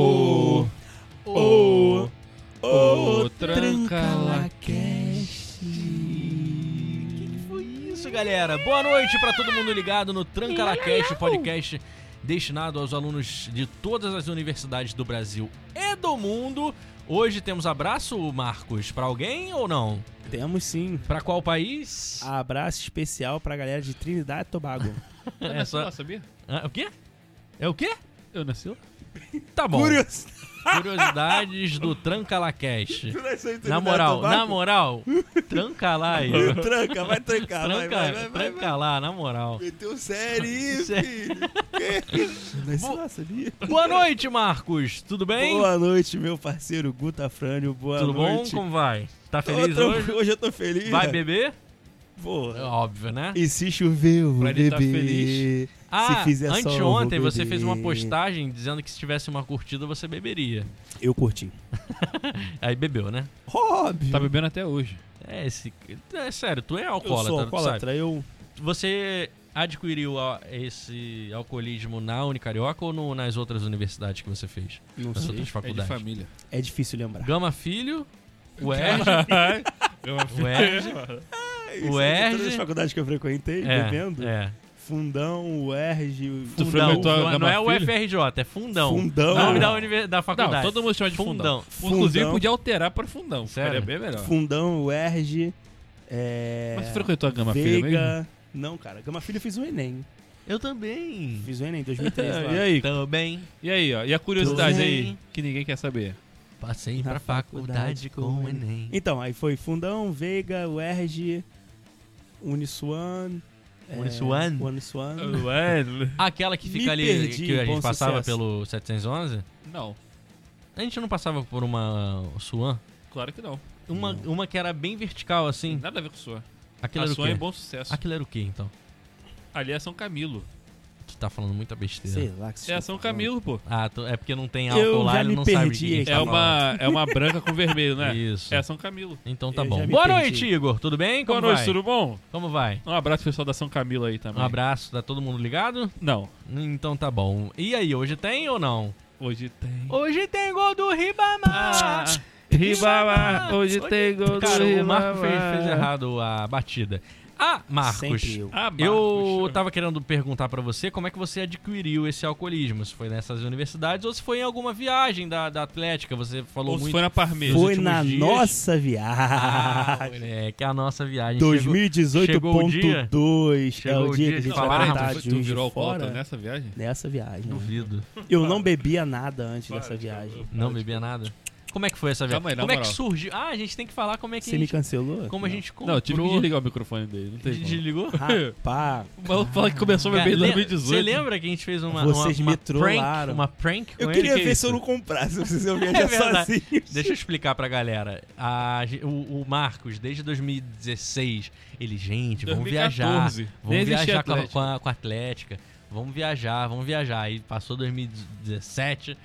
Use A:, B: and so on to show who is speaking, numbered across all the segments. A: O,
B: o,
A: o
B: Trancalacast.
A: Que que foi isso, galera? Boa noite pra todo mundo ligado no Trancalacast, podcast destinado aos alunos de todas as universidades do Brasil e do mundo. Hoje temos abraço, Marcos, pra alguém ou não?
B: Temos sim.
A: Pra qual país?
B: Abraço especial pra galera de Trinidade e Tobago.
C: Eu
A: É
C: nasci
A: só-
C: lá, sabia?
A: Ah, o quê? É o quê?
C: Eu nasci lá.
A: Tá bom.
B: Curioso.
A: Curiosidades do Trancalacast.
B: Tu nasceu em Trinidade
A: Na
B: e
A: moral,
B: Tobago?
A: na moral, tranca lá aí.
B: Tranca, é vai trancar, vai, vai, vai, vai,
A: Tranca,
B: vai.
A: tranca lá, na moral.
B: Meteu série,
A: Série.
B: filho. Que? Nasceu lá, sabia?
A: Boa noite, Marcos. Tudo bem?
B: Boa noite, meu parceiro Guta Frânio. Boa
A: Tudo
B: noite.
A: bom? Como vai? Tá
B: Tô
A: feliz
B: tranquilo,
A: hoje?
B: eu tô feliz.
A: Vai
B: né?
A: beber? É
B: Porra.
A: óbvio, né?
B: E se chover, eu vou
C: Pra ele tá
B: beber.
C: feliz.
A: Ah,
B: fizer sol, eu vou
A: anteontem você
B: beber.
A: fez uma postagem dizendo que se tivesse uma curtida você beberia.
B: Eu curti.
A: Aí bebeu, né?
B: Óbvio.
C: Tá bebendo até hoje.
A: É, esse... é sério, tu é
B: eu
A: alcoólatra,
C: tá
B: sou
A: tu
B: alcoólatra, eu...
A: sabe? Você adquiriu a- esse alcoolismo na Unicarioca ou no- nas outras universidades que você fez?
B: Não
A: Nas
B: sei.
A: outras faculdades?
C: É de família.
B: É difícil lembrar.
A: Gama Filho, o Erge, o Erge,
B: Isso,
A: O
B: é de Todas
A: Erge-
B: as faculdades que eu frequentei,
A: é,
B: bebendo.
A: é.
B: Fundão, UERJ,
C: Tu
B: Fundão.
C: frequentou a
A: não, não
C: Gama
A: é o
C: Filho?
A: FRJ, é Fundão.
B: Fundão.
A: O nome da, univer- da faculdade.
C: Não, todo mundo chama é de fundão.
B: Fundão.
C: Inclusive
B: Fundão.
C: podia alterar para fundão.
A: Sério?
C: Sério? bem melhor.
B: Fundão, UERJ, é...
C: Mas você frequentou a Gama Filho é mesmo?
B: Veiga... Não, cara. Gama Filho eu fiz o Enem.
A: Eu também.
B: Fiz o Enem em 2003 lá.
C: É, E aí?
A: Também.
C: E aí, ó? E a curiosidade
A: Tudo
C: aí?
A: bem.
C: Que ninguém quer saber.
A: Passei
B: Na
A: pra faculdade
B: faculdade
A: com o
B: com
A: Enem.
B: Então, aí foi Fundão, Veiga, UERJ, Uniswan... é,
A: Uniswan?
B: Uniswan.
A: Aquela que fica
B: Me
A: ali,
B: perdi,
A: que a gente
B: bom
A: passava
B: sucesso.
A: pelo 711?
C: Não,
A: A gente não passava por uma Suan?
C: claro que não.
A: Uma,
B: Não.
A: uma que era bem vertical, assim.
C: Nada a ver com sua.
A: Aquilo
C: A
A: era o
C: sua é
A: quê?
C: bom sucesso.
A: Aquilo era o quê, então?
C: Ali é São Camilo.
A: Tu tá falando muita besteira.
B: Sei lá que vocês
C: É
B: estão
C: São
B: falando.
C: Camilo, pô.
A: Ah, tu- é porque não tem
B: Eu
A: álcool
B: já
A: lá, ele
B: me
A: não sabe de
B: perdi
A: quem
B: aqui.
A: tá
C: É
A: falando.
C: uma, é uma branca com vermelho, né?
A: Isso.
C: É São Camilo.
A: Então tá
B: Eu
A: bom.
B: já me
A: Boa
B: perdi.
A: noite, Igor. Tudo bem? Como
C: Boa noite,
A: vai?
C: tudo bom?
A: Como vai?
C: Um abraço pessoal da São Camilo aí também.
A: Um abraço, tá todo mundo ligado?
C: Não,
A: Então tá bom. E aí, hoje tem ou não?
C: hoje tem.
A: Hoje tem gol do
B: Ah.
A: Ribamar! Ribamar,
C: Ribamar, Ah, hoje tem gol do
A: Cara, o Marco fez,
C: Ribamar.
A: fez errado a batida. Ah, Marcos.
B: Sempre eu.
C: Ah,
A: Eu
C: Marcos.
A: tava querendo perguntar pra você como é que você adquiriu esse alcoolismo. Se foi nessas universidades ou se foi em alguma viagem da, da Atlética. Você falou
C: Ou se
A: muito.
C: foi na Parmeira.
A: Nos
B: Foi
A: últimos
B: na
A: dias-
B: nossa
A: Ah,
B: viagem.
A: é que a nossa viagem chegou- chegou o dia?
B: 2018.2 é
A: Chegou
B: o dia que a gente vai
A: Não, peraí, tu
B: voltar
C: tu,
B: de Juiz de
C: virou
B: fora
A: né?
C: alcoólatra nessa viagem?
B: nessa viagem. né?
A: Duvido.
B: Eu não bebia nada antes dessa
C: Para,
B: viagem.
C: Thiago.
A: Não bebia nada? Como é que foi essa viagem?
C: Calma aí, na
A: como é que
C: moral.
A: surgiu? Ah, a gente tem que falar como é que
B: Você
A: a
B: me
A: gente,
B: cancelou?
A: como a gente comprou.
C: Não, eu tive que desligar o microfone dele. Não tem como.
A: Desligou?
B: Rapá.
C: O maluco fala que começou a beber em
A: Cara, lem-
C: 2018.
A: Você lembra que a gente fez uma,
B: Vocês
A: uma,
B: me
A: uma prank?
B: trollaram.
A: Uma prank com
B: Eu
A: ele?
B: queria
A: é Que
B: ver
A: isso?
B: se eu não comprasse, vocês iam
A: É
B: viajar
A: verdade.
B: sozinhos.
A: Deixa eu explicar pra galera. A ge- o, o Marcos, desde 2016, ele, gente, vamos viajar.
C: 2014. Nem
A: Vamos
C: existia
A: viajar com a,
C: Atlético.
A: com, a, com a Atlética. Vamos viajar, vamos viajar. Aí passou 2017,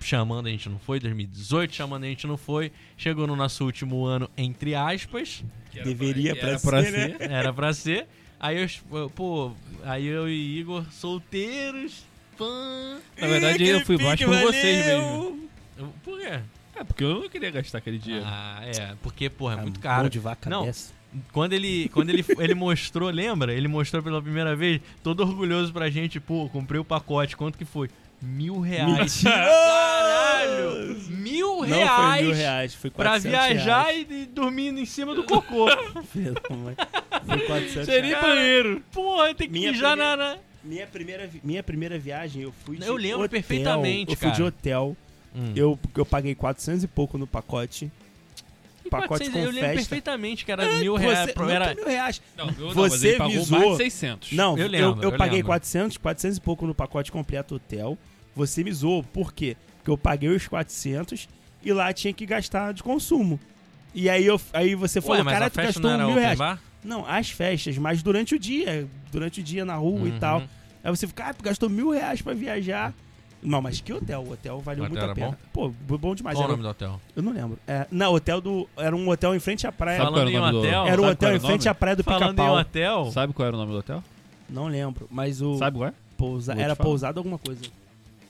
A: chamando a gente não foi. 2018, chamando a gente não foi. Chegou no nosso último ano, entre aspas.
C: Que era
B: Deveria
C: que
B: pra
C: era
B: ser, né?
A: Era pra ser. Aí eu, es- pô, aí eu e Igor, solteiros, pã.
C: Na verdade, eu fui mais por vocês mesmo.
A: Eu- Por quê?
C: É, porque eu não queria gastar aquele dinheiro.
A: Ah, é, porque, porra, é muito
B: Mão
A: caro.
B: Tá de vaca
A: Não,
B: dessa.
A: Quando ele, quando ele, ele mostrou, lembra? Ele mostrou pela primeira vez, todo orgulhoso pra gente, pô, comprei o pacote, quanto que foi? Mil reais.
C: Ah,
A: Caralho! Mil
B: Não
A: reais!
B: foi mil reais, foi
A: Pra
B: 400
A: viajar
B: reais.
A: e, e dormindo em cima do cocô.
B: Filho da mãe. Foi 400
C: Seria-
B: reais.
A: Cara,
C: banheiro.
A: Porra, tem que
B: Minha
A: mijar na- na.
B: Minha primeira, vi- minha primeira viagem, eu fui de
A: Eu lembro
B: hotel.
A: perfeitamente,
B: Eu fui de
A: cara.
B: hotel.
A: Hum.
B: Eu, eu paguei 400 e pouco no pacote.
A: E
B: pacote
A: 400,
B: com
A: eu lembro
B: festa. É,
A: perfeitamente que era mil reais.
B: Você-
A: pro-
B: não,
A: Era,
B: mil reais.
C: Não, eu não, mas
B: Você
C: ele pagou
B: visou-
C: mais de 600.
B: Não,
A: Eu
B: eu,
A: lembro,
B: eu
A: eu
B: paguei
A: lembro.
B: 400, 400 e pouco no pacote completo hotel. Você me zoou. Por quê? Porque eu paguei os 400 e lá tinha que gastar de consumo. E aí, eu, aí você falou,
A: Ué, mas
B: cara,
A: a
B: tu
A: festa
B: gastou
A: não era
B: mil
A: open
B: reais.
A: bar?
B: Não, as festas, mas durante o dia. Durante o dia na rua
A: Uhum.
B: e tal. Aí você fica, ah, tu gastou mil reais pra viajar. Não, mas que hotel? O hotel valeu
A: O hotel
B: muito a
A: era
B: pena. Pô, bom demais.
A: Qual o
B: Era-
A: nome do hotel?
B: eu não lembro. É, não, hotel do. Era um hotel em frente à praia.
C: Sabe qual
A: Falando
C: era
A: em
C: o nome do-
A: hotel,
B: Era um
C: sabe qual
B: hotel
C: era
B: em
C: o nome?
B: frente à praia do
A: Falando em
B: Pica-Pau.
A: hotel,
C: Sabe qual era o nome do hotel?
B: Não lembro, mas o.
C: Sabe qual é?
B: Pousa...
C: Vou te
B: Era
C: falar.
B: pousada alguma coisa.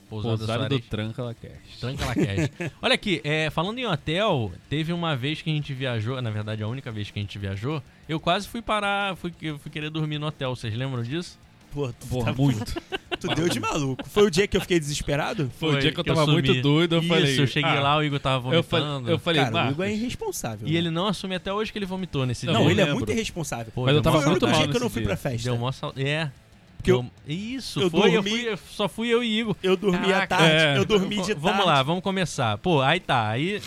A: Pousada,
C: Pousada do
A: Soares.
C: Tranca Lacast.
A: Tranca Laquete. Olha aqui, é, falando em hotel, teve uma vez que a gente viajou, na verdade a única vez que a gente viajou, eu quase fui parar, fui, eu fui querer dormir no hotel, vocês lembram disso?
B: Pô, tu,
C: Porra,
B: tá-
C: muito.
B: tu deu de maluco. Foi o dia que eu fiquei desesperado?
C: Foi, o dia que eu
A: eu
C: tava
A: sumi.
C: muito doido, eu
A: Isso,
C: falei.
A: eu cheguei
C: ah,
A: lá, o Igor tava vomitando.
C: Eu falei, eu falei
B: Cara, o Hugo é
C: Marcos,
B: irresponsável.
A: E
B: né?
A: ele não assume até hoje que ele vomitou nesse
C: Não,
A: dia.
B: Não, ele é
C: lembro.
B: muito irresponsável.
A: Pô,
C: Mas eu
A: deu
C: tava
A: mó
B: Foi o único
C: muito mal
B: dia que eu não
C: nesse
B: fui
C: dia.
B: pra festa.
A: Deu mó sal... É.
B: Porque eu-
A: Deu- Isso,
B: eu
A: foi,
B: dormi-
A: eu fui, eu- só fui eu e Igor.
B: Eu dormi
A: Caraca.
B: à tarde,
C: É.
B: eu dormi de tarde.
A: Vamos lá, vamos começar. Pô, aí tá, aí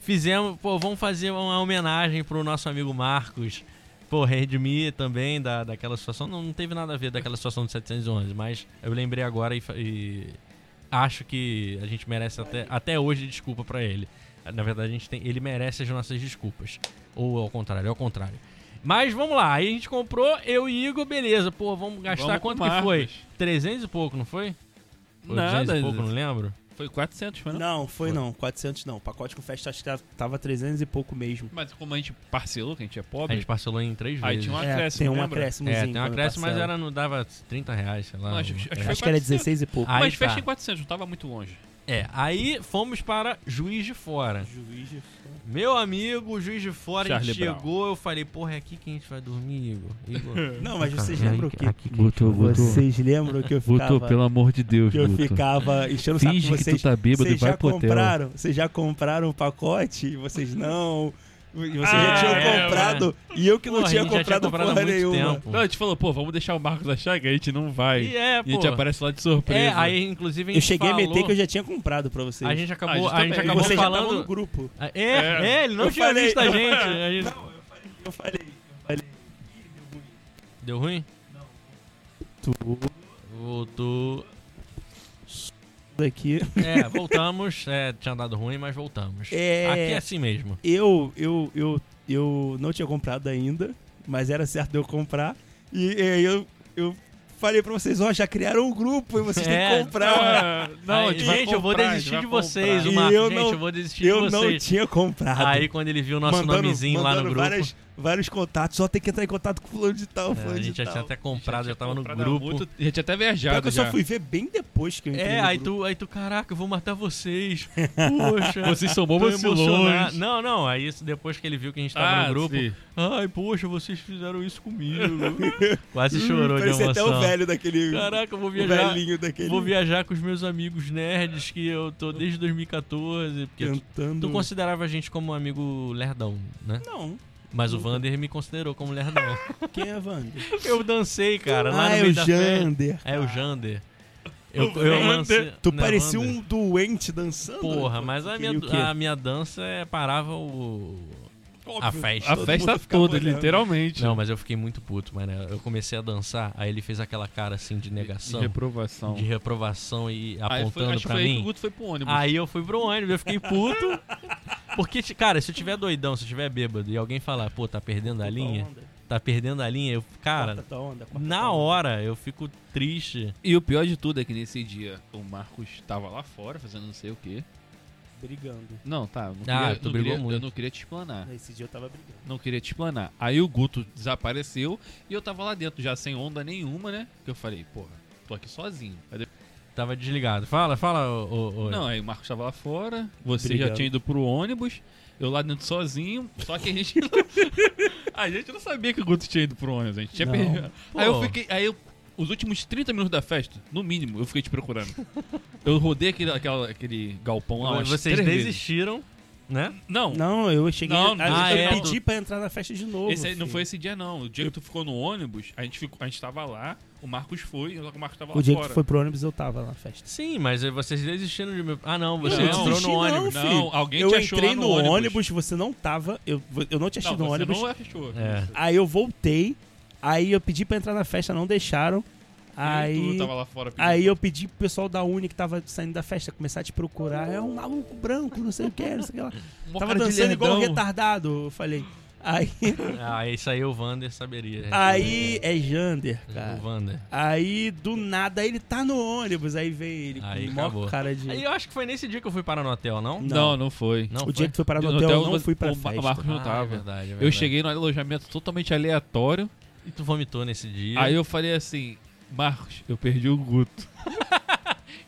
A: fizemos, pô, vamos fazer uma homenagem pro nosso amigo Marcos. Pô, redimir também da, daquela situação, não, não teve nada a ver daquela situação do 711, mas eu lembrei agora e, fa- e acho que a gente merece até, até hoje desculpa pra ele. Na verdade, a gente tem, ele merece as nossas desculpas. Ou ao contrário, ao contrário. Mas vamos lá, aí a gente comprou, eu e Igor, beleza. Pô, vamos gastar
C: Vamos com
A: quanto
C: Marcos.
A: que foi? 300 e pouco, não foi? Ou 200
C: Nada.
A: e pouco, não lembro.
C: Foi 400, foi não?
B: Não, foi não, 400 não. O pacote com festa acho que tava- tava 300 e pouco mesmo.
C: Mas como a gente parcelou, que a gente é
A: A
C: pobre,
A: gente parcelou em três
C: aí
A: vezes.
C: tinha um
B: É,
C: acréscimo,
B: tem um
C: lembra?
B: acréscimozinho.
A: É, tem uma
B: quando
A: creche, mas
B: parcela.
A: era, não dava 30 reais, sei lá.
C: Mas acho-
A: um-
C: acho
A: é.
B: Acho que era
C: 400.
B: 16 e pouco.
A: Aí
C: Mas
A: tá.
C: festa em 400, não tava muito longe.
A: É, aí fomos para Juiz de Fora. Meu amigo, Juiz de Fora, a gente
C: Charlie Brown.
A: chegou, eu falei, porra, é aqui que a gente vai dormir, Igor. Igor.
B: Não, mas vocês
D: Ai,
B: lembram o quê?
D: aqui, Guto, Guto.
B: Vocês lembram que eu
D: Guto,
B: ficava...
D: pelo amor de Deus,
B: Que eu
D: Guto.
B: ficava enchendo o saco de
D: Finge que
B: vocês.
D: tu tá bêbado e
B: Vocês
D: vai
B: já
D: pro hotel.
B: compraram? Vocês já compraram o pacote? E vocês não... E vocês
C: Ah,
B: já tinham
C: é,
B: comprado... E eu que não
A: Porra, a
B: tinha
A: gente já
B: comprado
A: há
B: porra
A: muito
B: nenhuma.
A: tempo.
C: Não, a gente falou, pô, vamos deixar o Marcos achar que a gente não vai.
A: E é,
C: E a gente
A: pô.
C: aparece lá de
A: É,
C: surpresa.
A: aí inclusive a gente
B: Eu cheguei
A: falou,
B: a meter que eu já tinha comprado pra vocês.
A: A gente acabou,
C: Ah, a
A: a
C: gente
A: gente
C: também.
A: acabou
B: vocês já estavam no
A: falando...
B: grupo.
A: Ah, É, é, ele não
B: Eu
A: tinha
B: falei,
A: visto a
B: eu-
A: gente. a gente-
B: Eu falei, eu falei.
A: Deu ruim?
B: Tu
A: Voltou...
B: daqui.
A: É, voltamos. É, tinha dado ruim, mas voltamos.
B: É.
A: Aqui é assim mesmo.
B: Eu, eu, eu, eu não tinha comprado ainda, mas era certo eu comprar. E, é, eu, eu falei pra vocês, ó, já criaram um grupo e vocês têm
A: É,
B: que comprar.
C: não,
A: Aí,
C: a
A: gente,
C: gente vai
A: eu vou
C: comprar, a gente
A: desistir
C: vai
A: de vocês,
B: comprar.
A: o
B: E
A: Marco.
B: eu
A: gente,
B: não-
A: eu vou desistir
B: eu
A: de
B: não
A: tipo vocês.
B: tinha comprado.
A: Aí quando ele viu o nosso
B: Mandando-
A: nomezinho lá no
B: mandando
A: grupo,
B: vários, vários contatos, só tem que entrar em contato com o fulano de tal,
A: é,
B: fulano
A: a gente
B: de
A: já tinha
B: tal.
A: até comprado, já tava no
C: comprado há
A: grupo.
C: é muito- a gente
B: Pior
C: até
B: que
C: viajado
B: eu só
C: já.
B: fui ver bem depois que eu entrei
A: É,
B: no
A: aí
B: grupo.
A: tu, aí tu, caraca, eu vou matar vocês. Poxa.
C: Vocês são
A: tô
C: bons
A: emocionado. Não, não, aí isso depois que ele viu que a gente tava
C: Ah,
A: no grupo.
C: sim.
A: Ai, poxa, vocês fizeram isso comigo. Quase chorou de
B: Parecia
A: emoção.
B: Hum, até o velho daquele...
A: Caraca, eu vou
B: o
A: viajar.
B: velhinho daquele...
A: Vou viajar com os meus amigos nerds que eu tô desde 2014. Porque tu,
B: Tentando...
A: tu considerava a gente como um amigo lerdão, né?
B: Não,
A: Mas o Vander me considerou como lerdão.
B: quem é Wander?
A: eu dancei, cara, lá
B: ah,
A: no
B: é
A: meio
B: o
A: da
B: Jander.
A: festa. É o Jander. Eu,
C: O
A: eu
C: Vander.
A: lancei-
B: Tu
A: não,
B: parecia
A: Vander.
B: um doente dançando.
A: Porra,
B: pô.
A: mas a minha,
B: Queria o quê?
A: a minha dança é, parava o.
B: Óbvio.
A: A festa.
C: A
B: Todo
C: festa
B: mundo ficava
C: toda,
B: olhando.
C: literalmente.
A: Não, mas eu fiquei muito puto, mano. Eu comecei a dançar, aí ele fez aquela cara assim de negação, de,
C: reprovação.
A: reprovação e
C: Aí foi,
A: apontando
C: acho que
A: pra
C: foi aí que o
A: mim.
C: Guto foi pro ônibus.
A: Aí eu fui pro ônibus, eu fiquei puto. Porque, cara, se eu tiver doidão, se eu tiver bêbado e alguém falar, pô, tá perdendo a
B: Puta
A: linha,
B: onda,
A: tá perdendo a linha, eu, cara,
B: quarta onda, quarta
A: Na
B: onda.
A: hora eu fico triste.
C: E o pior de tudo é que nesse dia o Marcos tava lá fora fazendo não sei o quê.
B: Brigando.
C: Não, tá. eu Não
A: Ah,
C: queria-
A: tu
C: não
A: brigou
C: queria-
A: muito.
C: Eu não queria te explanar.
B: Nesse dia eu tava brigando.
C: Não queria te explanar. Aí o Guto desapareceu e eu tava lá dentro, já sem onda nenhuma, né? Que eu falei, porra, tô aqui sozinho. Aí depois-
A: Tava desligado. Fala, fala, ô. ô, ô.
C: Não, aí o Marcos tava lá fora, você já
B: Brigando.
C: tinha ido pro ônibus, eu lá dentro sozinho, só que a gente não... A gente não sabia que o Guto tinha ido pro ônibus, a gente tinha
B: Não.
C: perdido.
A: Pô.
C: Aí eu fiquei. Aí eu. Os últimos 30 minutos da festa, no mínimo, eu fiquei te procurando. Eu rodei aquele, aquela- aquele galpão lá. umas
A: Vocês
C: três vezes.
A: desistiram, né?
C: Não,
B: Não, eu cheguei.
C: Não,
B: a-
A: ah,
B: eu
A: é,
B: pedi pra entrar na festa de novo.
C: Esse aí não
B: filho.
C: foi esse dia, não. O dia que tu ficou no ônibus, a gente, ficou, a gente tava lá, o Marcos foi, só que o Marcos tava lá
B: O dia que
C: fora.
B: tu foi pro ônibus, eu tava lá na festa.
A: Sim, mas aí vocês desistiram de me. Ah, não, você
C: Não,
A: entrou
B: desisti
A: no
B: não,
A: ônibus.
B: filho.
C: Não, alguém
B: eu
C: te achou
B: entrei
C: lá no,
B: no
C: ônibus.
B: você não tava. Eu, eu não te achei
C: Não,
B: no
C: você
B: ônibus.
C: não achou.
A: É.
B: Aí eu voltei. Aí eu pedi pra entrar na festa, não deixaram.
C: E
B: Aí.
C: tu tava lá fora. pedindo-
B: Aí eu pedi pro pessoal da Uni que tava saindo da festa começar a te procurar. É um maluco branco, não sei o que, não sei o que lá.
C: Mó
B: Tava
C: cara de
B: dançando igual um
C: lerdão.
B: retardado, eu falei. Aí,
A: Ah, isso aí o Vander saberia.
B: aí é Jander,
A: O
B: cara.
A: Vander.
B: Aí do nada ele tá no ônibus, aí vem ele
A: Aí
B: com mó
A: acabou.
B: cara de.
A: Aí eu acho que foi nesse dia que eu fui parar no hotel, não?
C: Não, não foi.
A: Não,
B: o dia que foi parar no
C: No
B: hotel, eu
C: hotel,
B: não fui pra
C: o Ma-
B: festa.
C: Marco- que eu
A: Ah,
C: tava.
A: é verdade, é verdade.
C: Eu cheguei no alojamento totalmente aleatório.
A: E tu vomitou nesse dia.
C: Aí eu falei assim, Marcos, eu perdi o Guto.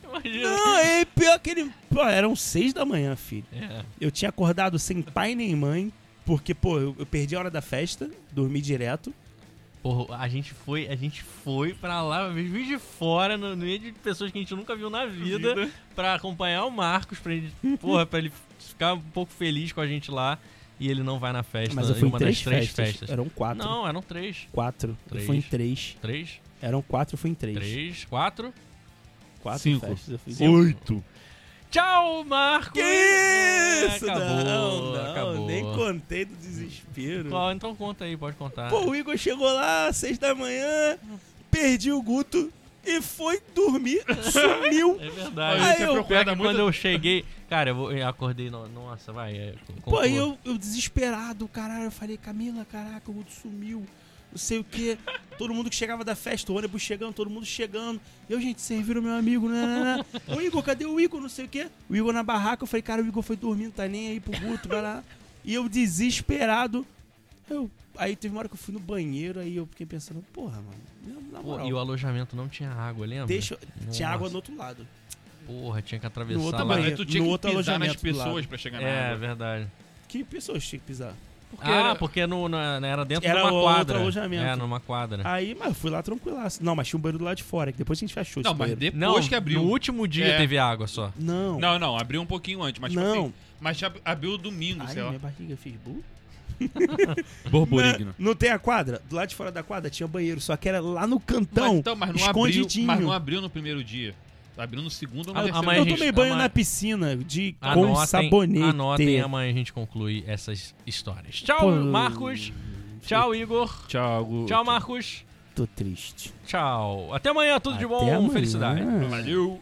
A: Imagina.
B: Não, é pior que ele. Pô, eram seis da manhã, filho.
A: É.
B: Eu tinha acordado sem pai nem mãe, porque, pô, eu, eu perdi a hora da festa, dormi direto.
A: Porra, a gente foi, a gente foi pra lá, vivi de fora, no no meio de pessoas que a gente nunca viu na vida, pra acompanhar o Marcos, pra ele, porra, pra ele ficar um pouco feliz com a gente lá. E ele não vai na festa,
B: Mas eu
A: em
B: fui em
A: uma
B: três,
A: das três
B: festas.
A: festas.
B: Eram quatro.
A: Não, eram três.
B: Quatro.
A: Três.
B: Eu fui em três.
A: Três?
B: Eram quatro, eu fui em três.
A: Três, quatro.
B: Quatro
C: Cinco.
B: festas. Eu fui em
C: Oito.
A: Tchau, Marcos!
B: Que
A: É,
B: isso?
A: acabou,
B: não, não,
A: acabou.
B: nem contei do desespero.
A: Qual? Então conta aí, pode contar.
B: Pô, o Igor chegou lá às seis da manhã, perdi o Guto e foi dormir, sumiu.
A: É verdade.
B: Aí eu-
A: Pior que
C: procurado
A: quando
C: muito.
A: eu cheguei. Cara, eu, vou- eu acordei. No, nossa, vai. É, con-
B: Pô,
A: conclua.
B: aí eu, eu desesperado, caralho, eu falei, Camila, caraca, o Guto sumiu, não sei o quê. Todo mundo que chegava da festa, o ônibus chegando, todo mundo chegando. Eu, gente, serviram meu amigo, né, né? né. Ô, Igor, cadê o Igor, não sei o quê? O Igor na barraca, eu falei, cara, o Igor foi dormindo, tá nem aí pro Guto, vai lá. E eu desesperado, eu... Aí teve uma hora que eu fui no banheiro, aí eu fiquei pensando, porra, mano, na- na
A: Pô,
B: moral,
A: e o alojamento não tinha água, lembra?
B: deixa... Tinha
A: Nossa.
B: água do outro lado.
A: Porra, tinha que atravessar
B: No outro
A: lá.
B: banheiro.
C: Mas tu tinha
B: No
C: que
B: outro
C: pisar nas
B: alojamento do lado.
C: pessoas pra chegar na
A: É,
C: água.
A: verdade.
B: Que pessoas tinha que pisar?
C: Porque
A: ah,
C: era-
A: porque no, na- na- era dentro
B: Era
A: de uma
B: outro
A: quadra.
B: alojamento. Ah,
A: É, numa quadra.
B: Aí, mas eu fui lá tranquilaço. Não, mas tinha um banheiro do lado de fora, que depois a gente fechou
C: Não,
B: esse
C: mas
B: banheiro.
C: depois
A: não,
C: que abriu.
A: No último dia
C: É.
A: teve água só.
B: Não.
C: Não, não, abriu um pouquinho antes, mas tipo
B: Não.
C: assim, mas ab- abriu domingo,
B: Ai,
C: sei lá.
B: minha barriga fez burro.
C: Borborigno.
B: Não tem a quadra? Do lado de fora da quadra tinha banheiro, só que era lá no
C: Mas,
B: cantão,
C: então, mas não abriu,
B: escondidinho.
C: mas não abriu no primeiro dia. Abriu no segundo ou no
A: Ah,
C: terceiro.
A: mas-
B: eu
A: gente,
B: tomei banho
A: ama-
B: na piscina de com
A: Anotem,
B: sabonete.
A: anotem, é amanhã a gente conclui essas histórias. Tchau,
B: Pô.
A: Marcos. Tchau, Igor.
C: Tchau, Gu.
A: Tchau, Marcos.
B: Tô triste.
A: Tchau. Até amanhã, tudo de
B: Até
A: bom.
B: amanhã.
A: Felicidade.
C: Valeu.